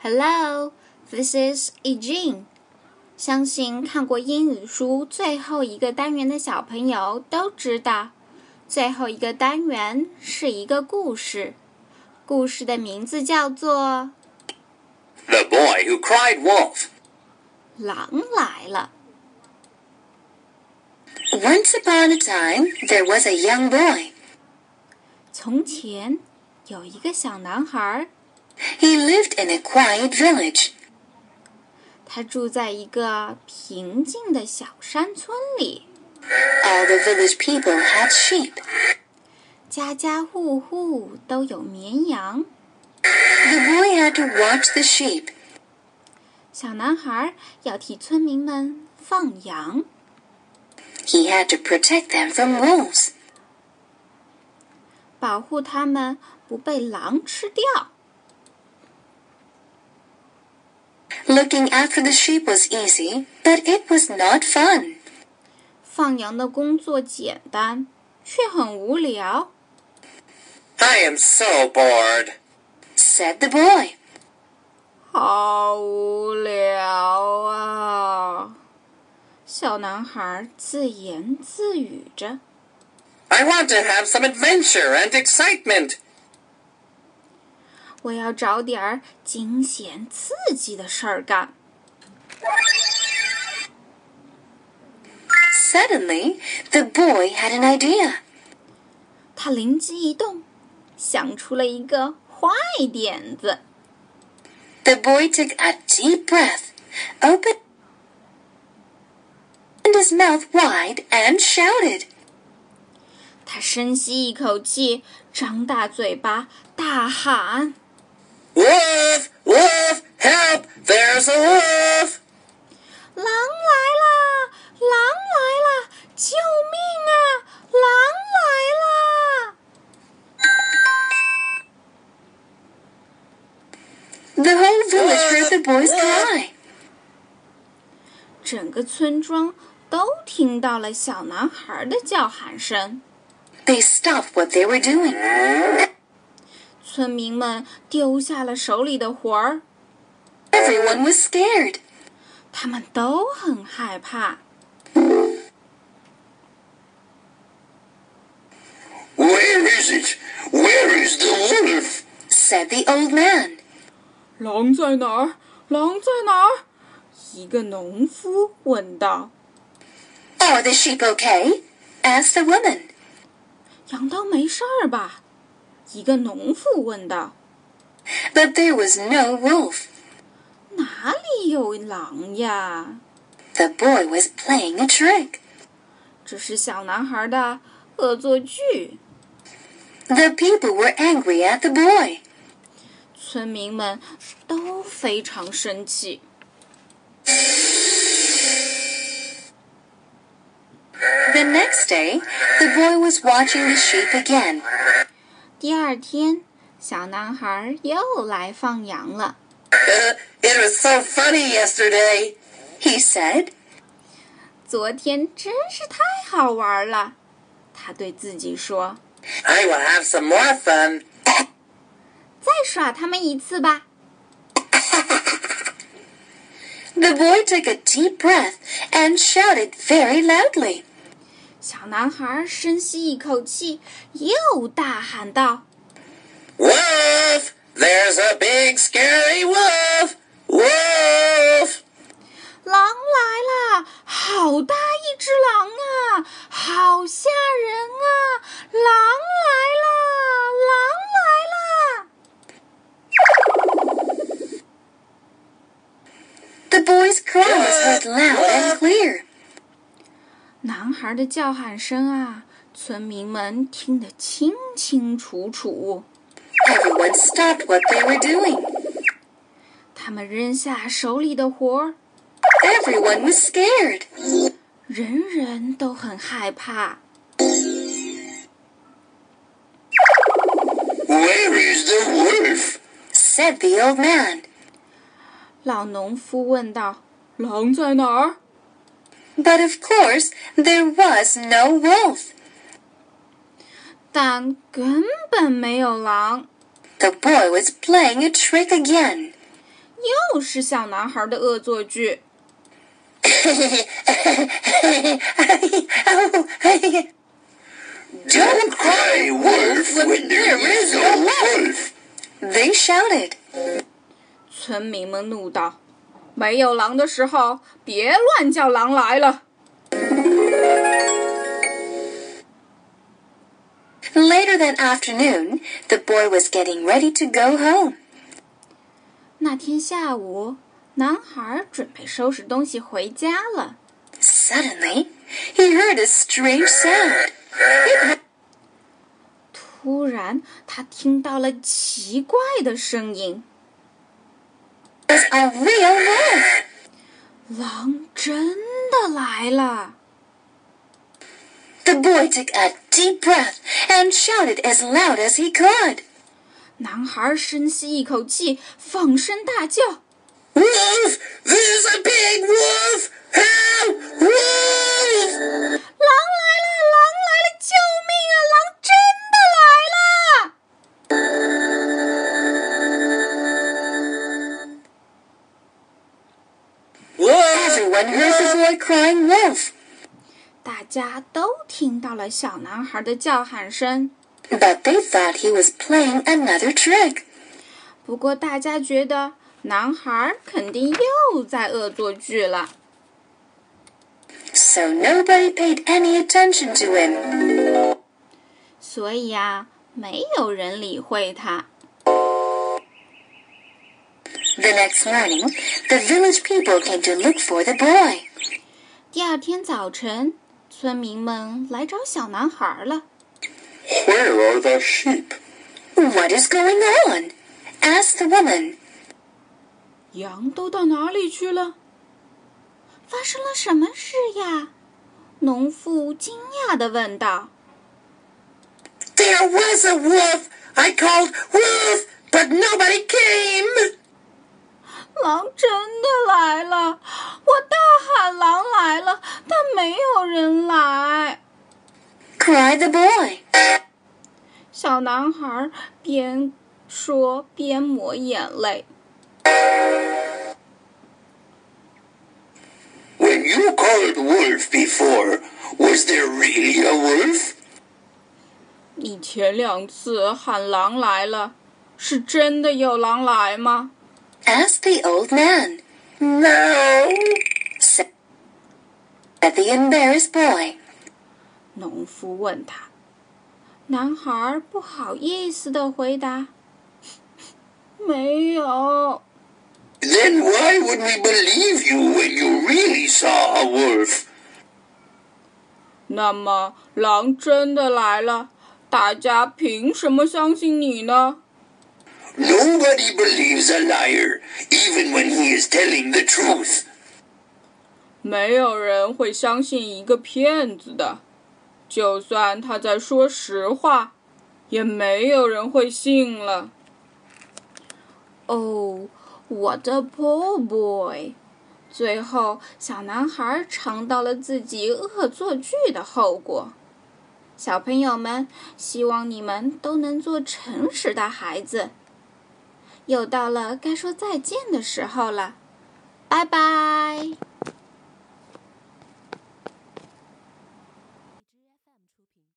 Hello, this is Eugene。相信看过英语书最后一个单元的小朋友都知道，最后一个单元是一个故事，故事的名字叫做 The Boy Who Cried Wolf. 《狼来了 Once upon a time, there was a young boy.》。从前有一个小男孩， He lived in a quiet village. 他住在一个平静的小山村里， All the village people had sheep. 家家户户都有绵羊。 The boy had to watch the sheep. 小男孩要替村民们放羊。 He had to protect them from wolves. 保护它们不被狼吃掉。 Looking after the sheep was easy, but it was not fun. 放羊的工作简单，却很无聊。 I am so bored. Said the boy. 好无聊啊！小男孩自言自语着。 I want to have some adventure and excitement. 我要找点儿惊险刺激的事儿干。 Suddenly, the boy had an idea. 他灵机一动，想出了一个坏点子。 The boy took a deep breath, opened his mouth wide, and shouted. 他深吸一口气，张大嘴巴，大喊。 Wolf! Wolf! Help! There's a wolf! 狼来啦！狼来啦！救命啊！狼来啦！ The whole village heard the boy's cry. 整个村庄都听到了小男孩的叫喊声， They stopped what they were doing. 村民们丢下了手里的活儿， Everyone was scared. 他们都很害怕。 Where is it? Where is the wolf? Said the old man. 狼在哪儿？狼在哪儿？一个农夫问道。 Are the sheep okay? Asked the woman. 羊都没事儿吧？一个农妇问道。 But there was no wolf. 哪里有狼呀？ The boy was playing a trick. 这是小男孩的恶作剧。 The people were angry at the boy. 村民们都非常生气。 The next day, the boy was watching the sheep again. 第二天，小男孩又来放羊了。 Uh, it was so funny yesterday. He said, 昨天真是太好玩了，他对自己说 I will have some more fun.：“ 再耍他们一次吧。 The boy took a deep breath and shouted very loudly. ”小男孩深吸一口气，又大喊道 Wolf! There's a big scary wolf! Wolf!：“ 狼来了！好大一只狼啊！好吓人啊！狼来啦！狼来啦！” The boy's cry was heard loud and clear. 男孩的叫喊声啊，村民们听得清清楚楚。 Everyone stopped what they were doing. 他们扔下手里的活儿， Everyone was scared. 人人都很害怕。 Where is the wolf? Said the old man. 老农夫问道：“狼在哪儿 But of course, there was no wolf.？” 但根本没有狼， The boy was playing a trick again. 又是小男孩的恶作剧。 Don't cry wolf when there is no wolf. They shouted. 村民们怒道：“没有狼的时候，别乱叫狼来了。 Later that afternoon, the boy was getting ready to go home. ”那天下午，男孩准备收拾东西回家了。 Suddenly, he heard a strange sound. 突然，他听到了奇怪的声音。 It was a real wolf. 狼真的来了！ The boy took a deep breath and shouted as loud as he could. 男孩深吸一口气，放声大叫。 Wolf! There's a big wolf! Help! Wolf! 狼来了！狼来了！救命啊！狼真的来了！ Wolf! Everyone heard the boy crying wolf, 大家都听到了小男孩的叫喊声。 but they thought he was playing another trick. 不过大家觉得男孩肯定又在恶作剧了。 So nobody paid any attention to him. 所以啊，没有人理会他。 The next morning, the village people came to look for the boy. 第二天早晨，村民们来找小男孩了。 Where are the sheep? What is going on? asked the woman. 羊都到哪里去了？发生了什么事呀？农妇惊讶地问道。 There was a wolf! I called wolf, but nobody came! 狼真的来了！我大喊“狼来了”，但没有人来。 Cried the boy. 小男孩边说边抹眼泪。 When you called wolf before, was there really a wolf? 你前两次喊“狼来了”，是真的有狼来吗？ asked the old man. No. Said the embarrassed boy. 农夫问他。男孩不好意思地回答：“ 没有。 Then why would we believe you when you really saw a wolf? ”那么，狼真的来了，大家凭什么相信你呢？ Nobody believes a liar, even when he is telling the truth. 没有人会相信一个骗子的，就算他在说实话，也没有人会信了。哦、我的 poor boy！最后，小男孩尝到了自己恶作剧的后果。小朋友们，希望你们都能做诚实的孩子。又到了该说再见的时候了，拜拜。